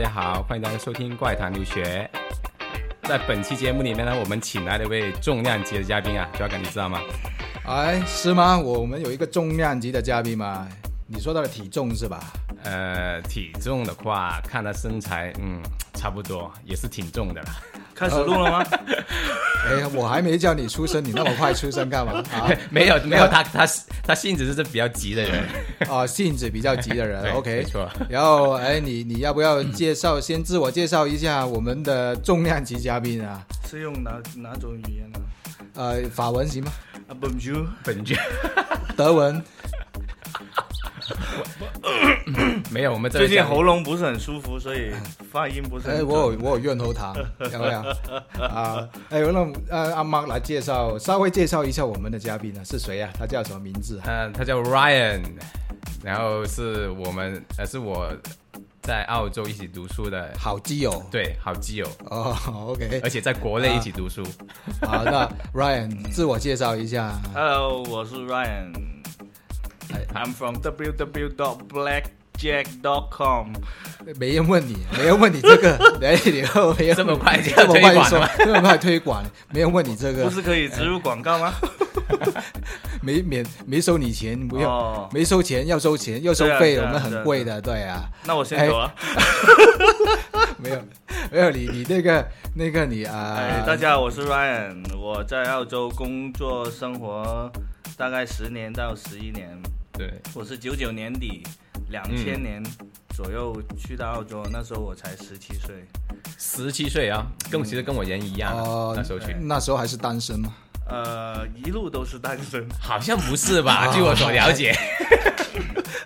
家好，欢迎大家收听《怪谈留学》。在本期节目里面呢，我们请来了一位重量级的嘉宾啊，主要感你知道吗？哎，是吗？我们有一个重量级的嘉宾嘛？你说到的体重是吧？呃，体重的话，看他身材，嗯，差不多，也是挺重的了。开始录了吗？哎，我还没叫你出声，你那么快出声干 嘛？啊 没有没有，他他他性子是比较急的人。 啊，性子比较急的人对没，OK。错。然后，哎，你你要不要介绍？先自我介绍一下我们的重量级嘉宾啊？ 是用哪哪种语言呢？呃，法文行吗？啊，不就本剧德文？没有，我们这最近项喉咙不是很舒服，所以发音不是很哎，准。我有我有咽喉糖，要不要？啊，哎，那呃，阿妈来介绍，稍微介绍一下我们的嘉宾啊呢是谁呀、他叫什么名字啊？嗯，他叫 Ryan，然后是我们呃是我在澳洲一起读书的，好基友。对，好基友，哦，OK 而。且在国内一起读书。 好，那 Ryan 自我介绍一下。 Hello，我是 Ryan。I'm from www.blackjack.com。没人问你，没人问你这个， 哎，以后没人这么快就 这么推快广了说吗，这么快推广，没人问你这不个，是可以植入广告吗？没免没收你钱， 不要。哦，没收钱，要收钱，要收对啊费，对我啊们对啊很贵的，对啊，那我先走了。没有，没有你你那个那个你啊，哎，大家好，我是 Ryan，我在澳洲工作生活大概十年到十一年，对，我是九九年底，两千嗯年左右去到澳洲，那时候我才十七岁。十七岁啊，跟其实跟我人一样啊，哦那时候去。那时候还是单身嘛，呃，一路都是 单身，好像不是吧？据我所了解，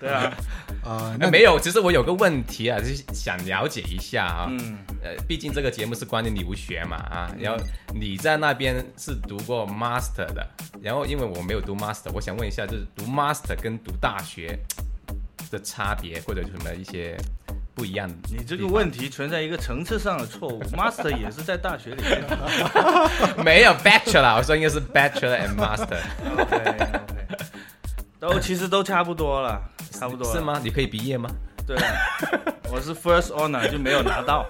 对啊，啊，呃哦那 没有。其实我有个问题啊，就是想了解一下啊。嗯，呃，毕竟这个节目是关于留学嘛啊，嗯然后你在那边是读过 master 的，然后因为我没有读 master，我想问一下，就是读 master 跟读大学的差别，或者什么一些不一样的地方？你这个问题存在一个层次上 的错误。Master 也是在大学里面。 没有 bachelor，我说应该是 bachelor and master， OK OK，都哦其实都差不多了， 差不多了是？吗？你可以毕业吗？对啊，我是 first honor 就没有拿到，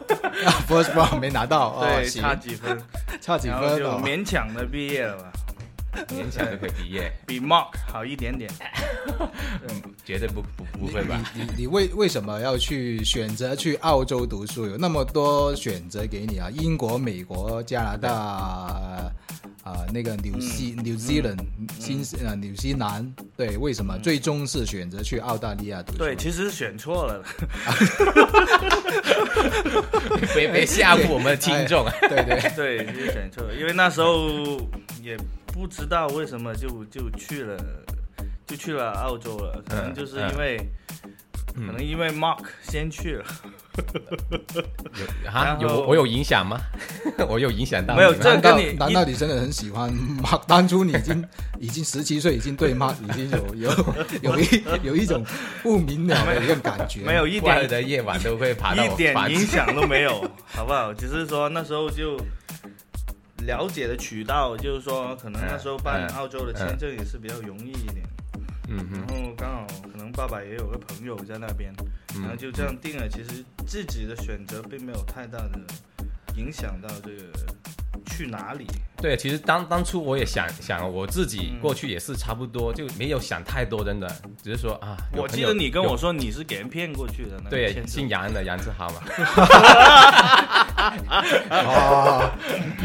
first round 没拿到， 哦，对，行，差几分，差几然分后就哦，勉强的毕业了吧，勉强就可以毕业，比 Mark 好一点点。绝对不不不会吧？你你为为什么要去选择去澳洲读书？有那么多选择给你啊，英国、美国、加拿大啊、呃那个纽西、嗯纽西兰、新西呃纽西兰，对，为什么、最终是选择去澳大利亚读书？嗯对，其实选错了， 别别吓唬我们的听众啊！哎对对， 对，其实选错了，因为那时候也不知道为什么就就去了，就去了澳洲了，可能嗯就是因为。可能因为 Mark 先去了，有哈啊然后有我有影响吗？ 我有影响到你没有吗这难道跟你一难道你真的很喜 欢 Mark？当初你已经已经十七岁，已经对 Mark 已经有 有有一有一种不明了的一个感觉。 没有一怪点不得夜晚都会爬到一我点房影间。响都没 有，好不好？只是说那时候就了解的渠道，就是说可能那时候办嗯嗯澳洲的签证也是比较容易一点，嗯然哼，后刚好可能爸爸也有个朋友在那边，嗯然后就这样定了。其实自己的选择并没有太大的影响到这个去哪里，对，其实当当初我也想想，我自己过去也是差不多，就没有想太多，真的，只是说啊，有我朋记友得你跟有我说你是给人骗过去的，那个签对证姓杨的杨志 豪嘛，哦，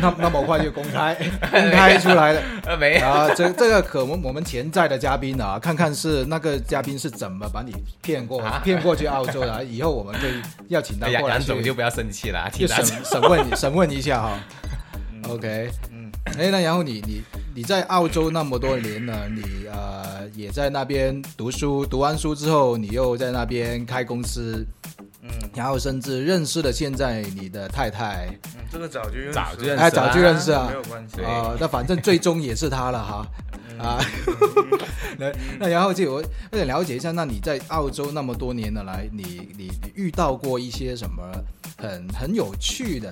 那那么快就公 开公开出来了。呃没有啊，这这个可我们我们潜在的嘉宾啊，看看是那个嘉宾是怎么把你骗过、啊骗过去澳洲的，以后我们可以要请他杨过来杨去总就不要生气了啊，听就他审审问 审问一下哈、OK，嗯哎，那然后你你你在澳洲那么多年了，你呃也在那边读书，读完书之后你又在那边开公司，嗯然后甚至认识了现在你的太太，嗯，这个早就认识早就了认识哎，早就认识啊没，有关系对，嗯啊、那反正最终也是他了哈，啊， 那那然后就我我想了解一下，那你在澳洲那么多年的来，你你你遇到过一些什么很很有趣的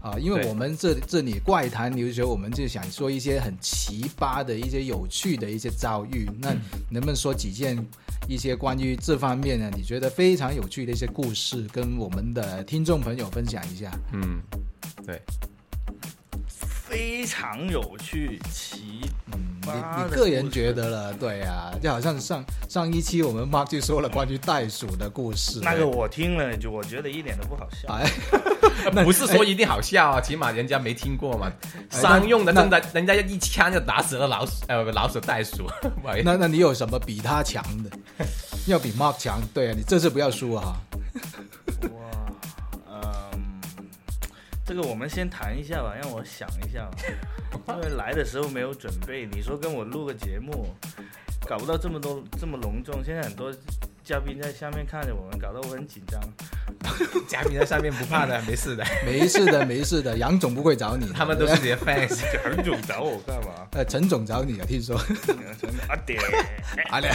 啊，因为对我们这这里怪谈留学，我们就想说一些很奇葩的一些有趣的一些遭遇。那嗯能不能说几件一些关于这方面呢？你觉得非常有趣的一些故事，跟我们的听众朋友分享一下？嗯，对，非常有趣，奇葩你的你个人故事觉得了？对呀、就好像上上一期我们 Mark 就说了关于袋鼠的故事，那个我听了就我觉得一点都不好笑。哎， 不是说一定好笑啊，起码人家没听过嘛。那商用的那正在，人家一枪就打死了老鼠，呃，不老鼠袋 鼠。不好意思那那你有什么比他强的？要比 Mark 强？对啊，你这次不要输啊！哇，嗯，这个我们先谈一下吧，让我想一下 吧，因为来的时候没有准备。你说跟我录个节目，搞不到这么多这么隆重，现在很多嘉宾在下面看着我们，搞得我很紧 张。嘉宾在下面不怕的，没 事的，没事的，没事的，杨总不会找你的，他们都是你的 fans。蒋总找我干嘛？呃，陈总找你啊，听说。 啊 点，阿良，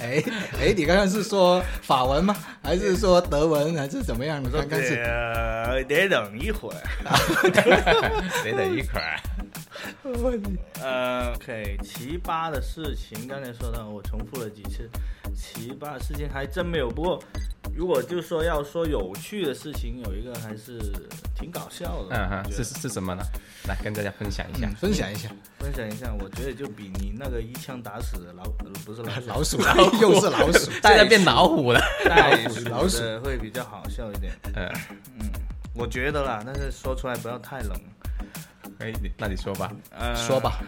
哎哎，你刚刚是说法文吗？还是说德文？还是怎么样？你我说刚刚是得得等一会儿。得等一会儿。呃，OK，奇葩的事情刚才说到，我重复了几次，奇葩的事情还真没有。不过，如果就说要说有趣的事情，有一个还是挺搞笑 的。嗯我哼，觉是得是是什么呢？来跟大家分享一下嗯。分享一下，分享一下，我觉得就比你那个一枪打死的老呃不是老鼠老鼠哎又是老鼠，现在变老虎了。袋老鼠鼠老鼠的会比较好笑一点，嗯，我觉得啦，但是说出来不要太冷。哎，你那你说吧，呃，说吧，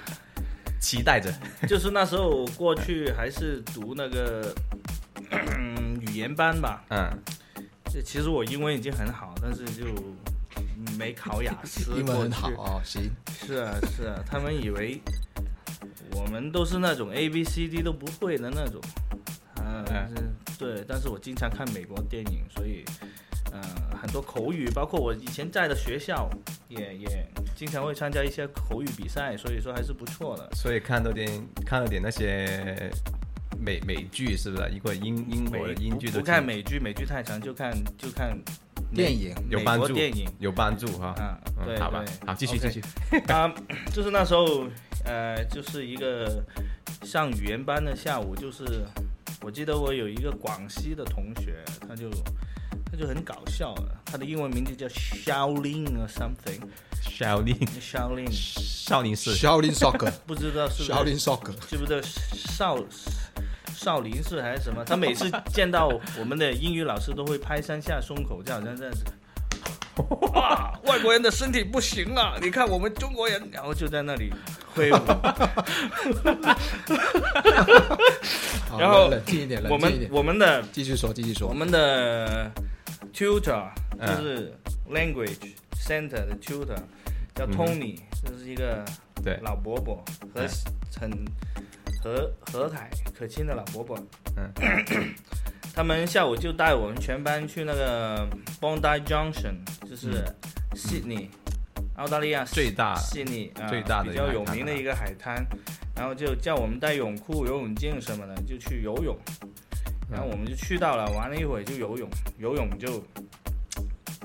期待着。 就是那时候我过去还是读那个 语言班吧，嗯，这其实我英文已经很好，但是就没考雅思过去。 英文很好哦，行，是啊是啊，他们以为我们都是那种 A B C D 都不会的那种。嗯、哎是对，但是我经常看美国电影，所以，呃，很多口语，包括我以前在的学校，也也经常会参加一些口语比赛，所以说还是不错的。所以看到点看到点那些美美剧是不是？一个英英国的美英剧不都不看挺美剧，美剧太长，就看就看电影有美帮国助电影。有帮助哈。啊，对，嗯，好吧对，好，继续 OK 继续。啊，就是那时候，呃，就是一个上语言班的下午，就是我记得我有一个广西的同学，他就他就很搞笑了，他的英文名字叫 Shaolin 啊 something，Shaolin 少林少林寺少林 soccer， 不知道是少不林是 soccer，是不是少少林寺还是什么？他每次见到我们的英语老师都会拍三下胸口，就好像这样子。哇，外国人的身体不行啊！你看我们中国人，然后就在那里挥舞。好然后啊冷静一点，我冷静一们点，我们的继续说，继续我说， 们的 tutor 就嗯是 language center 的 tutor 叫 Tony，、这是一个嗯对，老伯伯和嗯很和和蔼可亲的老伯伯。嗯， 他们下午就带我们全班去那个 Bondi Junction，就是悉尼、澳大利亚嗯最大悉尼、啊最大的比一个较海有滩啊名的了一个海滩，然后就叫我们带泳裤、游泳镜什么的，就去游泳。然后我们就去到了，玩了一会儿就游泳，游泳就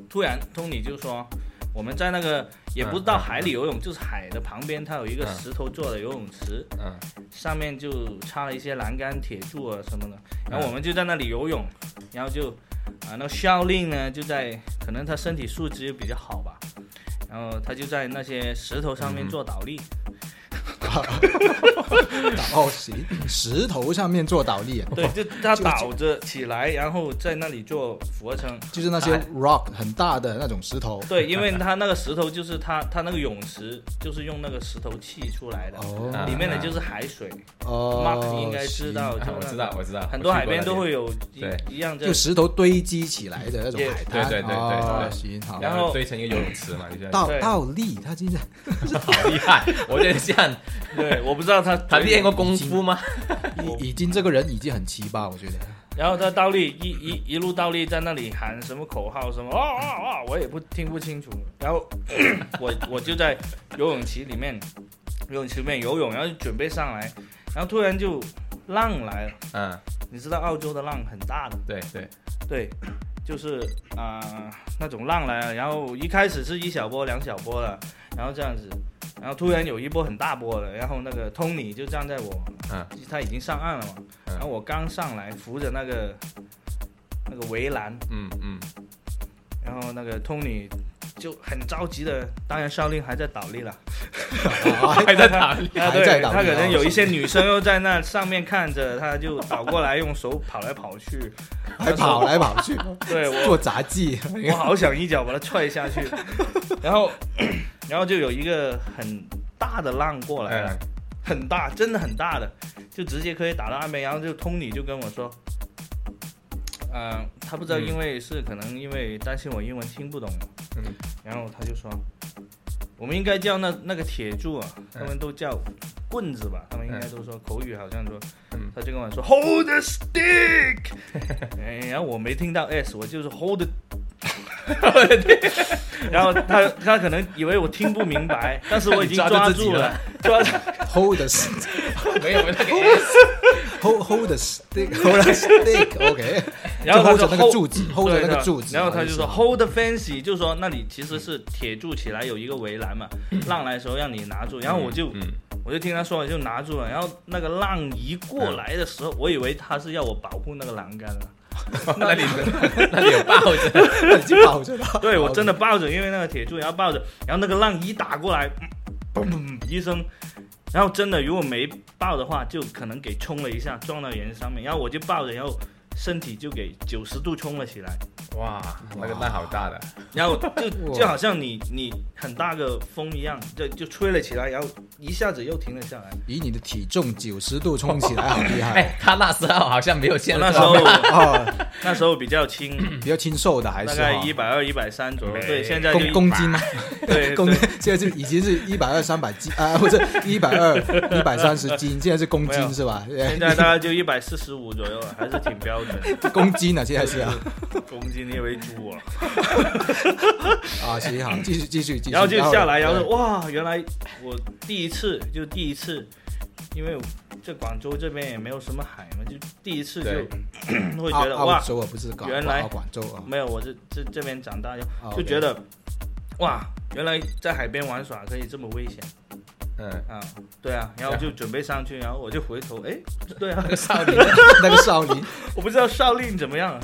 突然通里就说，我们在那个也不嗯到嗯海里游泳，就是海的旁边，它有一个嗯石头做的游泳池，嗯，上面就插了一些栏杆、铁柱啊什么的。嗯然后我们就在那里游泳，然后就啊，那校令呢就在，可能他身体素质比较好吧，然后他就在那些石头上面做倒立，嗯哦，行，石头上面做倒立啊，对，就他倒着起来，然后在那里做俯卧撑。就是那些哎 rock 很大的那种石头，对，因为他那个石头就是他他那个泳池就是用那个石头砌出来的，哦里面的就是海水。Mark 哦，应该知道，就啊我那知道种我知道很我多去海过边那都边会有一对一样行这就石头堆积起来的那种 Yeah，海滩，对对对对哦对行，好，然后堆成一个游泳池嘛，你觉得 倒对倒立，他现在好厉害？我觉得像对，我不知道他 他练过功夫吗？已已经这个人已经很奇葩，我觉得。 然后他倒立一一一路倒立在那里喊什么口号什么啊啊啊，我也不听不清楚。然后 我我就在游泳池里面， 游泳池里面游泳，然后就准备上来，然后突然就浪来了。嗯，你知道澳洲的浪很大的，对对，对，就是啊、呃那种浪来了，然后一开始是一小波、两小波的，然后这样子，然后突然有一波很大波的，然后那个通你就站在我，嗯他已经上岸了嘛，嗯然后我刚上来扶着那个那个围栏，嗯嗯然后那个通你就很着急的，当然少令还在倒 立了。还在打猎 啊，还在对，倒立他可能啊有一些女生又在那上面看着，他就倒过来，用手跑来 跑去。还跑来跑去，对我，做杂技，我好想一脚把他踹下去。然后， 然后就有一个很大的浪过来了，嗯很大，真的很大的，就直接可以打到岸边。然后就通你就跟我说，嗯、他不知道，嗯因为是可能因为担心我英文听不懂，嗯然后他就说，我们应该叫那那个铁柱啊，嗯他们都叫棍子吧，他们应该都说口语好像说，嗯他就跟我说 hold the stick，哎 然后我没听到 s，我就是 hold，the 然后他他可能以为我听不明白，但是我已经你抓抓着自己住了了，抓住 hold the 没有那 个 S， hold hold the stick hold the stick，OK，然后他就 hold 着那说个 hold- 柱子，hold 着对那个对柱子，啊然后他就说好 hold the fancy，就是说那里其实是铁柱起来有一个围栏嘛，浪来的时候让你拿住，然后我就。嗯我就听他说，我就拿住了。然后那个浪一嗯过来的时候，我以为他是要我保护那个栏杆啊 了。那里那里有抱着，意思，已经抱着了，对我真的抱着，因为那个铁柱，然后抱着，然后那个浪一打过来，嗯砰砰砰一声，然后真的如果没抱的话，就可能给冲了一下，撞到人上面。然后我就抱着，然后身体就给九十度冲了起来。哇，那个浪好大的，然后就哇就好像你你很大个风一样，就就吹了起来，然后一下子又停了下来。 以你的体重九十度冲起 来，好厉害哎，他那时候好像没有现我在那这时么候哦，那时候比较轻，比较清瘦的还大是哎概哈一百二、一百三左右。没对，现在就公公斤吗？啊对公对现在是已经是一百二三百斤啊，不是一百二一百三十斤，现在是公没斤有是吧？现在大概就一百四十五左右了，还是挺标准 的。公斤啊，现在 是啊公斤你以为猪 啊？啊，行好，继续继续继续，然后就下来，然后对说哇，原来我第一次就第一次，因为这广州这边也没有什么海嘛，就第一次就会觉得澳澳哇，洲啊，不是广原来广广州啊，没有我这这这边长大就啊就觉得哇，原来在海边玩耍可以这么危险嗯，啊！对啊，然后就准备上去，然后我就回头，哎， 对啊那，个少 年那个少林我不知道少令怎么样啊，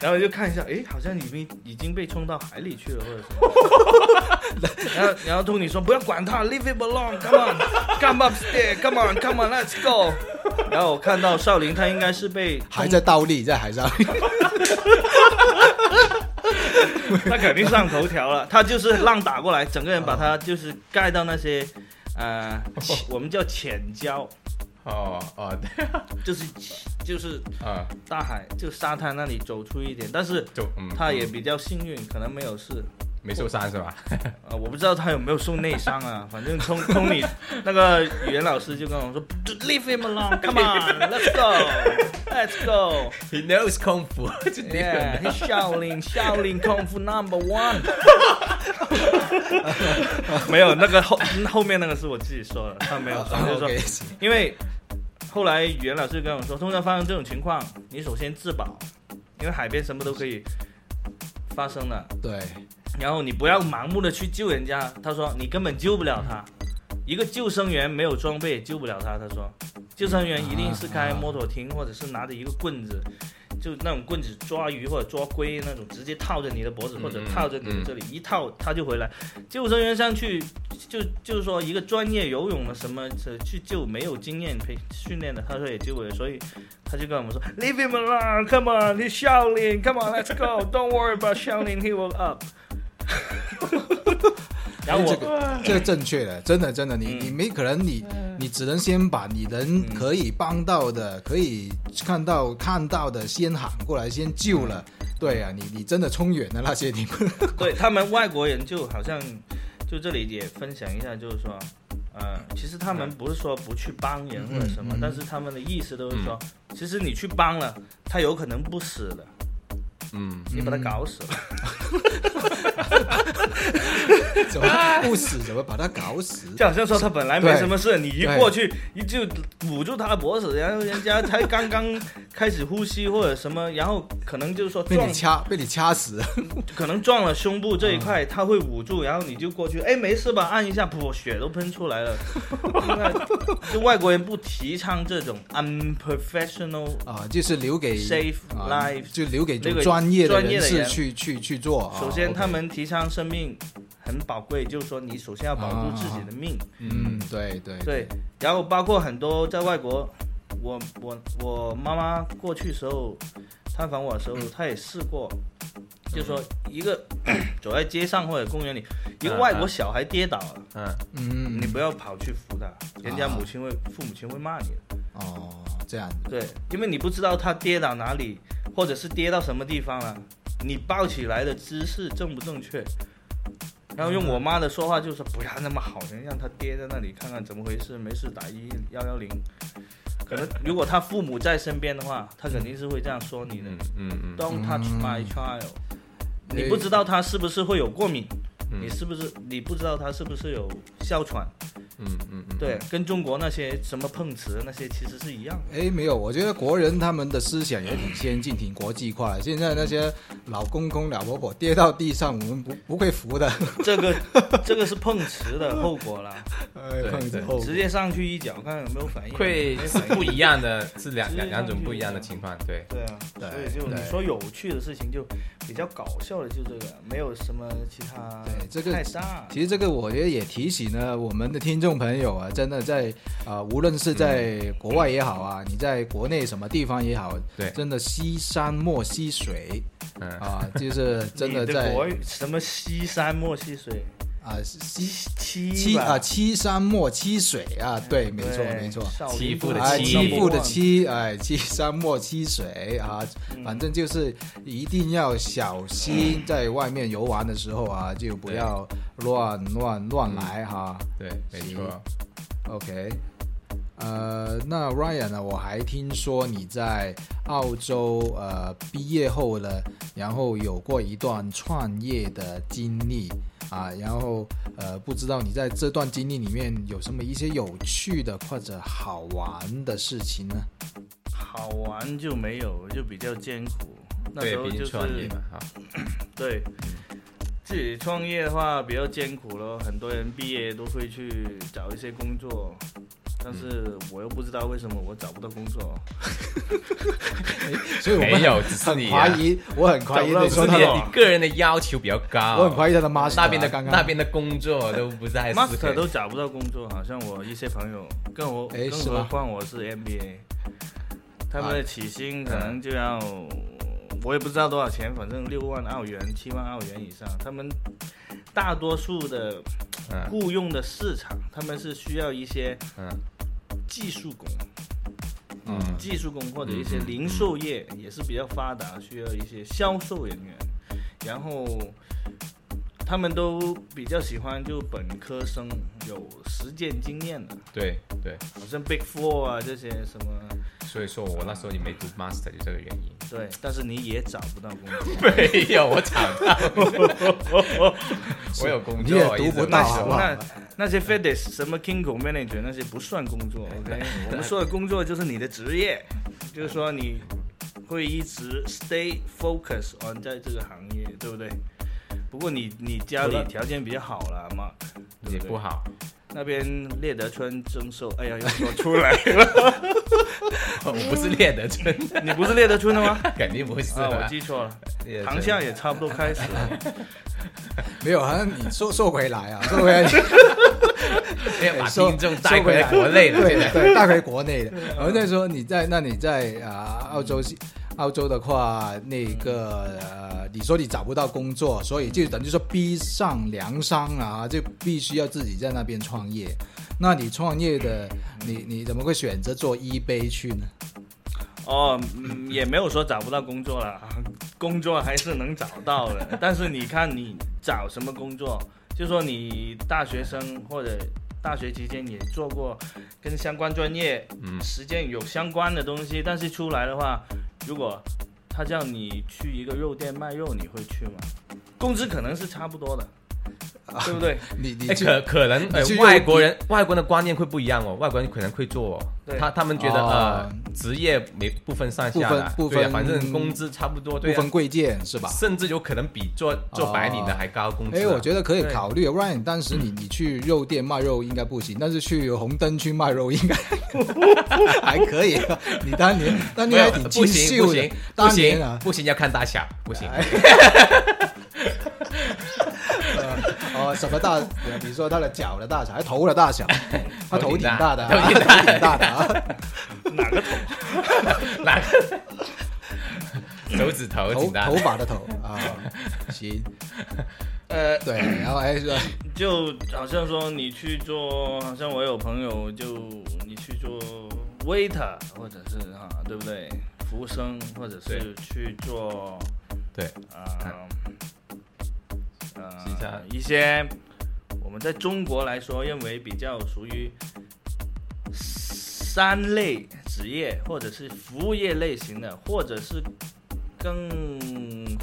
然后就看一下，诶，好像已经已经被冲到海里去了，或者什么。 然后然后托尼说不要管他，leave it alone，come on，come upstairs，come on，come on，let's go。然后我看到少林，他应该是被还在倒立，在海上，他肯定上头条了，他就是浪打过来，整个人把他就是盖到那些呃，浅我们叫浅礁，哦哦对就是浅就是啊，大海就沙滩那里走出一点，但是就嗯，他也嗯比较幸运，可能没有事。没受伤是吧？啊，我不知道他有没有受内伤啊，反正从从你那个语言老师就跟我说就，leave him alone，come on，let's go，let's go， He knows 空腹， 就那个 yeah，he's Shaolin Shaolin 功夫 number one。没有，那个后后面那个是我自己说的，他没有 说，就是啊说 OK，行因为后来语言老师跟我说，通常发生这种情况，你首先自保，因为海边什么都可以发生的。对，然后你不要盲目的去救人家。他说你根本救不了他，一个救生员没有装备也救不了他。他说，救生员一定是开摩托艇或者是拿着一个棍子，就那种棍子抓鱼或者抓龟那种，直接套着你的脖子嗯或者嗯套着你的嗯这里一套他就回来。救生员上去就就是说一个专业游泳的什么呃去救没有经验培训练的，他说也救不了，所以他就跟我们说 leave him alone, come on, he's shouting, come on, let's go, don't worry about shouting, he will up 。然后我、哎这个这个正确的，真的真的，你嗯你没可能你你只能先把你能可以帮到的、可以看到看到的先喊过来，先救了。嗯对啊，你你真的冲远了那些，你不对他们外国人就好像，就这里也分享一下，就是说，呃，其实他们不是说不去帮人或者什嗯么，嗯嗯嗯但是他们的意思都是说，其实你去帮了，他有可能不死的，嗯，你把他搞死了。怎么哎不死，怎么把他搞死？就好像说他本来没什么事，你一对过去你就捂住他的脖子，然后人家才刚刚开始呼吸或者什么，然后可能就是说被撞你嗯掐被你掐死，可能撞了胸部这一块，它会捂住，然后你就过去，哎，没事吧？按一下，噗，血都喷出来了。那就外国人不提倡这种 unprofessional 啊，就是留给 safe 啊 life。就留给那个专业的专业人的士人去去去做。啊首先， ，OK 他们提倡生命很宝贵，就是说你首先要保住自己的命。嗯，对对对，然后包括很多在外国，我我我妈妈过去时候探访我的时候，她也试过，就说一个走在街上或者公园里，一个嗯外嗯国小孩跌倒了。嗯，嗯你不要跑去扶他，人家母亲会、父母亲会骂你的。哦这样对，因为你不知道他跌倒哪里，或者是跌到什么地方了、你抱起来的姿势正不正确？然后用我妈的说话就是不要那么好人，让他跌在那里看看怎么回事，没事打一幺幺零。可能如果他父母在身边的话，他肯定是会这样说你的。嗯嗯嗯， Don't touch my child，、对你不知道他是不是会有过敏，你是不是你不知道他是不是有哮喘，嗯嗯嗯，对，跟中国那些什么碰瓷那些其实是一样的。哎，没有，我觉得国人他们的思想也挺先进、挺国际化的。现在那些老公公、老婆婆跌到地上，我们不不会扶的， 这个这个是碰瓷的后果啦，哎对碰对头直接上去一脚看有没有反应。 会没是反不应。一样的，是两直接两两种上去不一样的情况，对，对啊，对所以就对你说有趣的事情，就比较搞笑的就这个，没有什么其他对这个太大。其实这个我觉得也提醒了我们的听众朋友啊，真的在啊、呃无论是嗯在国外也好啊，你在国内什么地方也好，对真的惜山莫惜水嗯，啊， 就是真的你的在国语什么西山莫溪水，啊惜七欺吧啊欺山莫欺水啊，对，没错对没错。少林欺负的寺哎，欺欺负的欺，哎，欺山莫欺水啊，反正就是一定要小心，在外面游玩的时候啊，就不要乱乱乱来哈。对，没错， OK，呃，那 Ryan 呢？我还听说你在澳洲呃毕业后呢，然后有过一段创业的经历啊，然后呃，不知道你在这段经历里面有什么一些有趣的或者好玩的事情呢？好玩就没有，就比较艰苦。那时对，候毕就竟是创业嘛，哈，对，自己创业的话比较艰苦咯，很多人毕业都会去找一些工作，但是嗯我又不知道为什么我找不到工作，所以我没们有，只是你啊怀疑，我很怀疑找不到你只说是他你的哦的，你个人的要求比较高，我很怀疑他的 master 啊、那边的刚刚那边的工作都不在 master 都找不到工作，好像我一些朋友，更何哎更是何吗啊况我是 MBA，他们的起薪可能就要。我也不知道多少钱，反正六万澳元、七万澳元以上。他们大多数的嗯雇佣的市场，他们是需要一些嗯技术工，嗯技术工或者一些零售业也是比较发达，需要一些销售人员，然后他们都比较喜欢就本科生有实践经验的，对对，好像 Big Four 啊这些什么，所以说我那时候你没读 master 就这个原 因。对，但是你也找不到工作，没有，我找到，我有工你也作，读一直不忙到啊好不好那那些 FedEx 什么 Kingo Manager 那些不算工作，OK，我们说的工作就是你的职业，就是说你会一直 stay focus on 在这个行业，对不对？不过你你家里条件比较好了嘛，对也不对不好，那边猎德村征收，哎呀，又说出来了，我不是猎德村，你不是猎德村的吗？肯定不是啊，我啊。记错了，猎德村糖下也差不多开始了。没有，好像你说说回来啊，说回 来。没有把收听众收带回回来国内了，现对在对，带回国内的。然后再说你在，那你在啊、澳洲，澳洲的话，那个呃，你说你找不到工作，所以就等于说逼上梁山啊，就必须要自己在那边创业。那你创业的，你你怎么会选择做 eBay 去呢？哦，嗯也没有说找不到工作了， 工作还是能找到的。但是你看你找什么工作，就说你大学生或者大学期间也做过跟相关专业、嗯实践有相关的东西，但是出来的话，如果他叫你去一个肉店卖肉，你会去吗？工资可能是差不多的，对不对？你你哎，去可可能呃你去，用外国人外国人的观念会不一样哦，外国人可能会做哦对，他他们觉得哦呃，职业没不分上下的，不分不对啊分反正工资差不多，不对啊分，贵贱是吧？啊甚至有可能比做做白领的还高工资哎，啊。嗯我觉得可以对考虑，不然你当时你你去肉店卖肉应该不行，但是去红灯区卖肉应 该还可以。你当年当没年还有挺不清行不秀的行，不当年行啊，哎不行，要看大小，不行。哦，什么大？比如说他的脚的大小，还头的大小，他 头头挺挺大大的啊，头挺大他头挺大的啊，哪个头？哪个？手指 头头挺大头的，发的头啊， 行，呃，对，然后哎说，就好像说你去做，好像我有朋友就你去做 waiter，或者是哈、对不对？服务生，或者是对去做对，啊看其他呃一些我们在中国来说认为比较属于三类职业，或者是服务业类型的，或者是更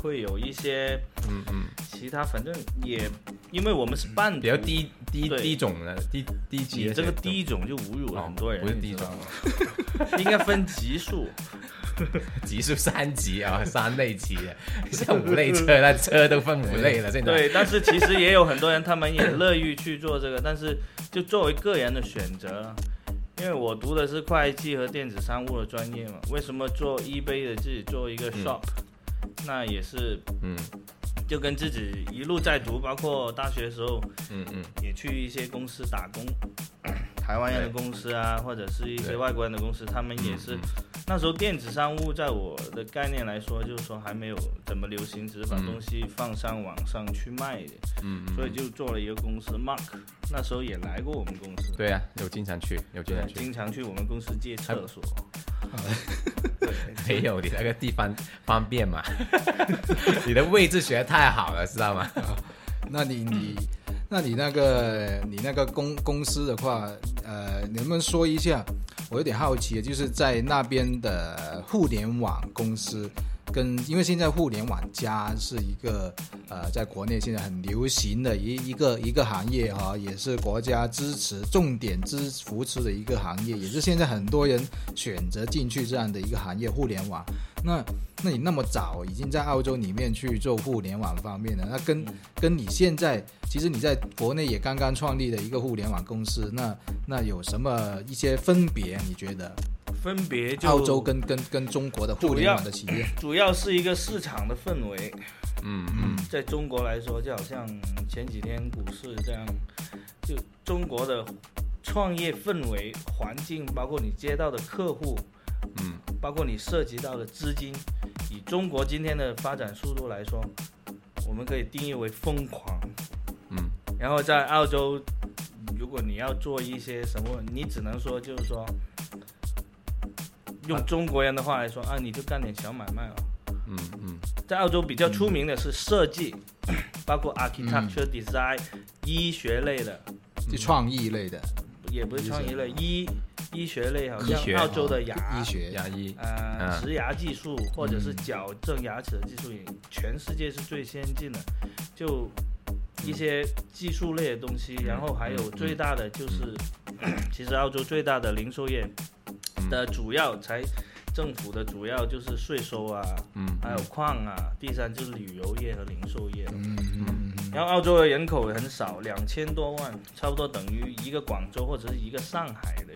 会有一些嗯嗯，其他，反正也因为我们是半比较途低低对低种的低低级你的这个种低种就侮辱了哦很多人，不是你低知种道吗，应该分级数。级数三级啊，三类级 的，像五类车，那车都分五类了，现在。对，但是其实也有很多人，他们也乐于去做这个，但是就作为个人的选择，因为我读的是会计和电子商务的专业嘛，为什么做 eBay 的自己做一个 shop，、那也是嗯就跟自己一路在读，包括大学的时候嗯嗯，也去一些公司打工，台湾人的公司啊，或者是一些对外国人的公司，他们也是。那时候电子商务在我的概念来说，就是说还没有怎么流行，只是把嗯东西放上网上去卖，嗯，所以就做了一个公司 Mark，那时候也来过我们公司，对啊，有经常去，有经对，常去， 经常去我们公司借厕所。没哎有你那个地方方便 嘛？你的位置学得太好了，知道 吗？那你你。那你那个你那个公公司的话，呃，能不能说一下？我有点好奇，就是在那边的互联网公司跟，因为现在互联网加是一个呃，在国内现在很流行的一一个一个行业哈、也是国家支持、重点支扶持的一个行业，也是现在很多人选择进去这样的一个行业——互联网。那那你那么早已经在澳洲里面去做互联网方面了，那跟跟你现在其实你在国内也刚刚创立的一个互联网公司，那那有什么一些分别？你觉得分别就澳洲跟跟跟中国的互联网的企业？主要是一个市场的氛围，嗯嗯，在中国来说，就好像前几天股市这样，就中国的创业氛围、环境，包括你接到的客户，嗯，包括你涉及到的资金，以中国今天的发展速度来说，我们可以定义为疯狂。嗯，然后在澳洲，如果你要做一些什么，你只能说就是说，用中国人的话来说啊，你就干点小买卖了。嗯嗯在澳洲比较出名的是设计，包括 architecture design、医学类的，就创意类的也不是创意类，医医医学类好医学像澳洲的牙哦医学嗯，牙医，呃，嗯植牙技术或者是矫正牙齿的技术，也全世界是最先进的。就一些技术类的东西，然后还有最大的就是， 其实澳洲最大的零售业呃嗯的主要才政府的主要就是税收啊，嗯还有矿啊，第三就是旅游业和零售业了。嗯嗯然后澳洲的人口很少，两千多万，差不多等于一个广州或者是一个上海的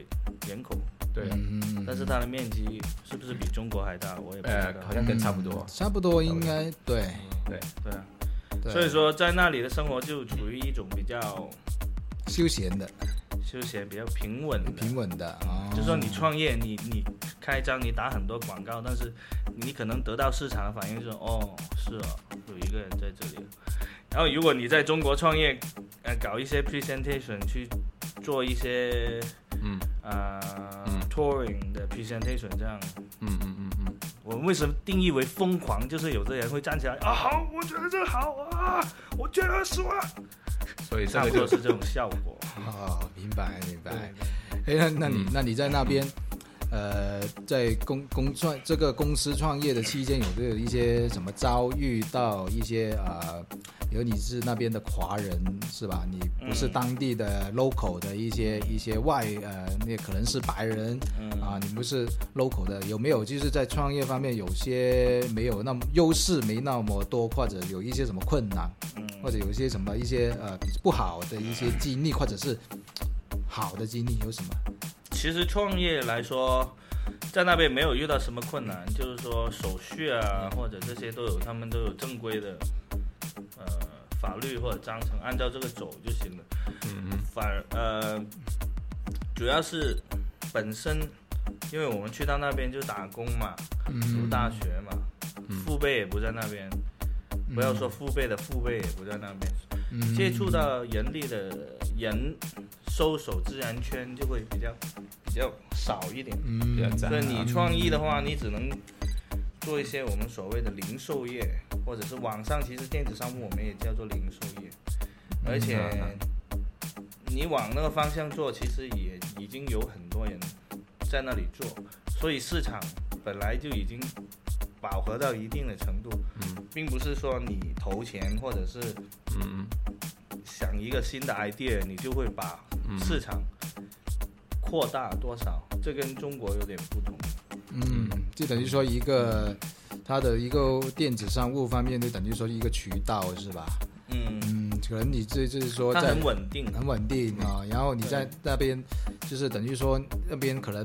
人口，对啊，嗯但是它的面积是不是比中国还大？我也不知道。呃，好像跟差不多，差不多应该对。对，对啊，对所以说在那里的生活就处于一种比较休闲的、休闲、比较平稳的。平稳的啊，就说你创业，你你开张，你打很多广告，但是你可能得到市场的反应就是哦，是哦，有一个人在这里。然后如果你在中国创业，呃，搞一些 presentation 去做一些嗯呃、嗯 touring 的 presentation 这样。嗯嗯嗯嗯，我们为什么定义为疯狂？就是有的人会站起来嗯啊，好，我觉得这个好啊，我捐二十万，嗯所以这啊差个不多就是这种效果。 哦，明白明白。哎，那那你那你在那嗯边，呃，在公公创这个公司创业的期间，有没有一些什么遭遇到一些呃比如你是那边的华人是吧？你不是嗯当地的 local 的一些一些外呃，那可能是白人嗯啊，你不是 local 的，有没有就是在创业方面有些没有那么优势没那么多，或者有一些什么困难，嗯或者有一些什么一些呃不好的一些经历，或者是好的经历有什么？其实创业来说，在那边没有遇到什么困难，就是说手续啊或者这些都有，他们都有正规的呃法律或者章程，按照这个走就行了。嗯嗯反而呃，主要是本身，因为我们去到那边就打工嘛，读嗯，大学嘛，嗯父辈也不在那边，不要说父辈的父辈也不在那边，嗯接触到人力的人，收手自然圈就会比较比较少一点。嗯，比较窄对嗯你创意的话，你只能做一些我们所谓的零售业，或者是网上，其实电子商务我们也叫做零售业，而且嗯你往那个方向做，其实也已经有很多人在那里做，所以市场本来就已经饱和到一定的程度，嗯并不是说你投钱或者是嗯想一个新的 idea，你就会把嗯市场扩大多少，这跟中国有点不同。嗯，就等于说一个它的一个电子商务方面，就等于说一个渠道是吧？嗯，嗯，可能你这就是说它在很稳定。很稳定啊，然后你在那边就是等于说那边可能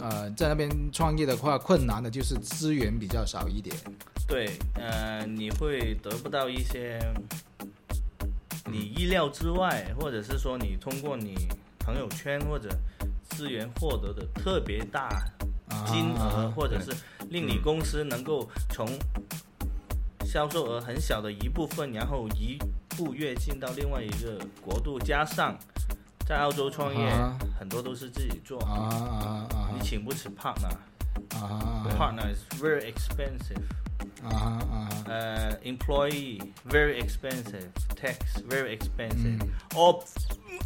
呃在那边创业的话，困难的就是资源比较少一点。对，呃，你会得不到一些你意料之外，或者是说你通过你朋友圈或者资源获得的特别大啊嗯金额，或者对是令你公司能够从销售额很小的一部分，然后一步跃进到另外一个国度，加上在澳洲创业啊，很多都是自己做啊，啊啊你请不起 partner，partner 啊啊 is very expensive。啊啊！ uh, employee very expensive tax very expensive Mm. all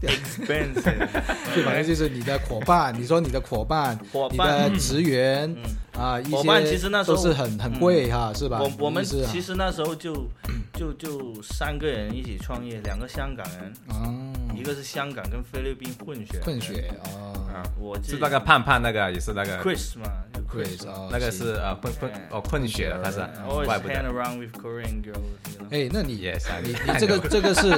expensive 就反正就是你的伙伴，你说你的伙伴，伙你伴的职员嗯啊，一伙伴些其实那时候嗯都是很很贵哈，是吧？我我们是啊其实那时候就就就三个人一起创业，两个香港人，哦，一个是香港跟菲律宾混血，混，血嗯哦啊，我自己是那个胖胖那个，也是那个 Chris 嘛，就，Chris Chris，哦，那个是呃混混哎哦混血的，他是 I 怪 always 不 hang 得 around with Korean girls，you know 哎，那你 Yes, I 你 know. 你这个这个是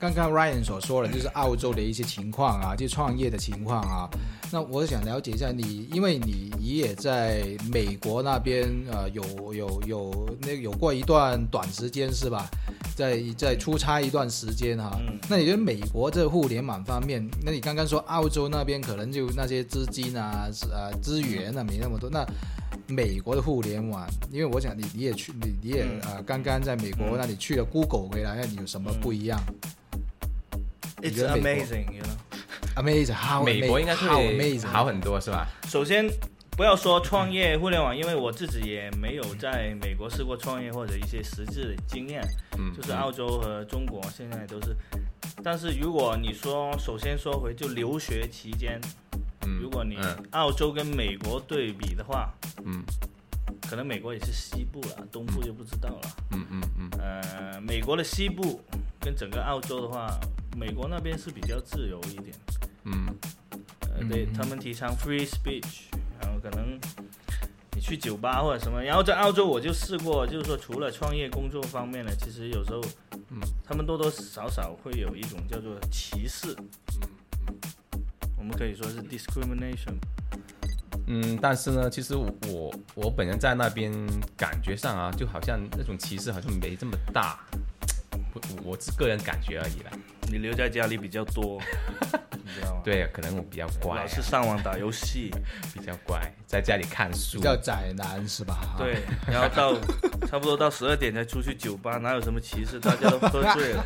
刚刚 Ryan 所说的，就是澳洲的一些情况啊，就创业的情况啊。那我想了解一下你，因为你你也在美国那边呃有有有那有过一段短时间是吧？在在出差一段时间哈、嗯那你觉得美国这互联网方面，那你刚刚说澳洲那边可能就那些资金啊、是啊资源啊没那么多，那美国的互联网，因为我想你你也去你你也嗯啊、呃刚刚在美国嗯那里去了 Google 回来，那你有什么不一样、你 It's 觉得美国 amazing，you know。 a m a z i n g how 美国应该 how 会 amazing 好很多是吧？首先，不要说创业互联网，因为我自己也没有在美国试过创业或者一些实质的经验，嗯，就是澳洲和中国现在都是。但是如果你说，首先说回就留学期间，嗯，如果你嗯澳洲跟美国对比的话，嗯可能美国也是西部了，东部就不知道了。嗯嗯嗯呃，美国的西部跟整个澳洲的话，美国那边是比较自由一点，嗯呃，对嗯他们提倡 free speech，然后可能你去酒吧或者什么，然后在澳洲我就试过，就是说除了创业工作方面呢，其实有时候，嗯他们多多少少会有一种叫做歧视，我们可以说是 discrimination，嗯，但是呢，其实我我本人在那边感觉上啊，就好像那种歧视好像没这么大，我我自个人感觉而已啦。你留在家里比较 多，你知道吗？，对，可能我比较乖老啊，是上网打游戏，比较乖，在家里看比书。较宅男是啊吧？对， 然后到差不多到十二点才出去酒吧，哪有什么歧视？大家都喝醉 了。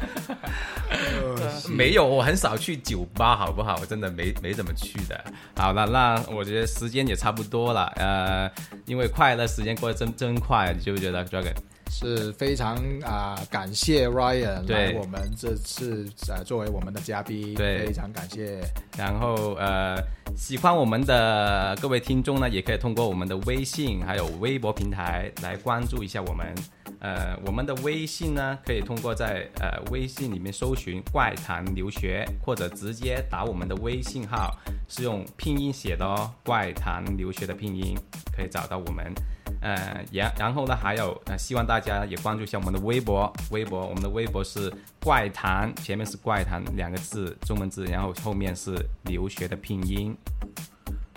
没有，我很少去酒吧，好不好？我真的没没怎么去的。好了，那我觉得时间也差不多了，呃，因为快乐时间过得真真快，你觉不觉得，Dragon？是非常啊、感谢 Ryan 来对我们这次啊、作为我们的嘉宾，对非常感谢。然后呃，喜欢我们的各位听众呢，也可以通过我们的微信还有微博平台来关注一下我们。呃，我们的微信呢，可以通过在呃微信里面搜寻“怪谈留学”，或者直接打我们的微信号，是用拼音写的哦，“怪谈留学”的拼音，可以找到我们。呃，然然后呢，还有呃，希望大家也关注一下我们的微博，微博我们的微博是“怪谈”，前面是“怪谈”两个字中文字，然后后面是留学的拼音，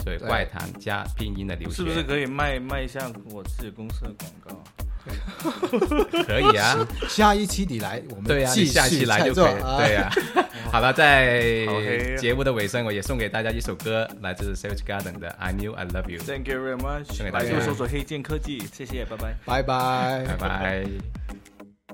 所以“对怪谈”加拼音的留学是不是可以卖卖一下我自己公司的广告？可以 啊？下一期你来，我们对呀、啊继你续啊下期来再就做可以。对 呀、好了，在好黑啊节目的尾声，我也送给大家一首歌，来自 Savage Garden 的《I Knew I Love You》。 Thank you very much。哎给大百家度搜索黑剑科技，谢谢，拜拜。拜拜拜拜。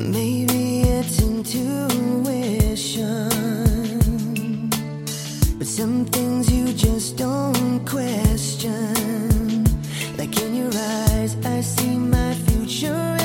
Maybe it's intuition, but some things you just don't question. Like in your eyes, I see my future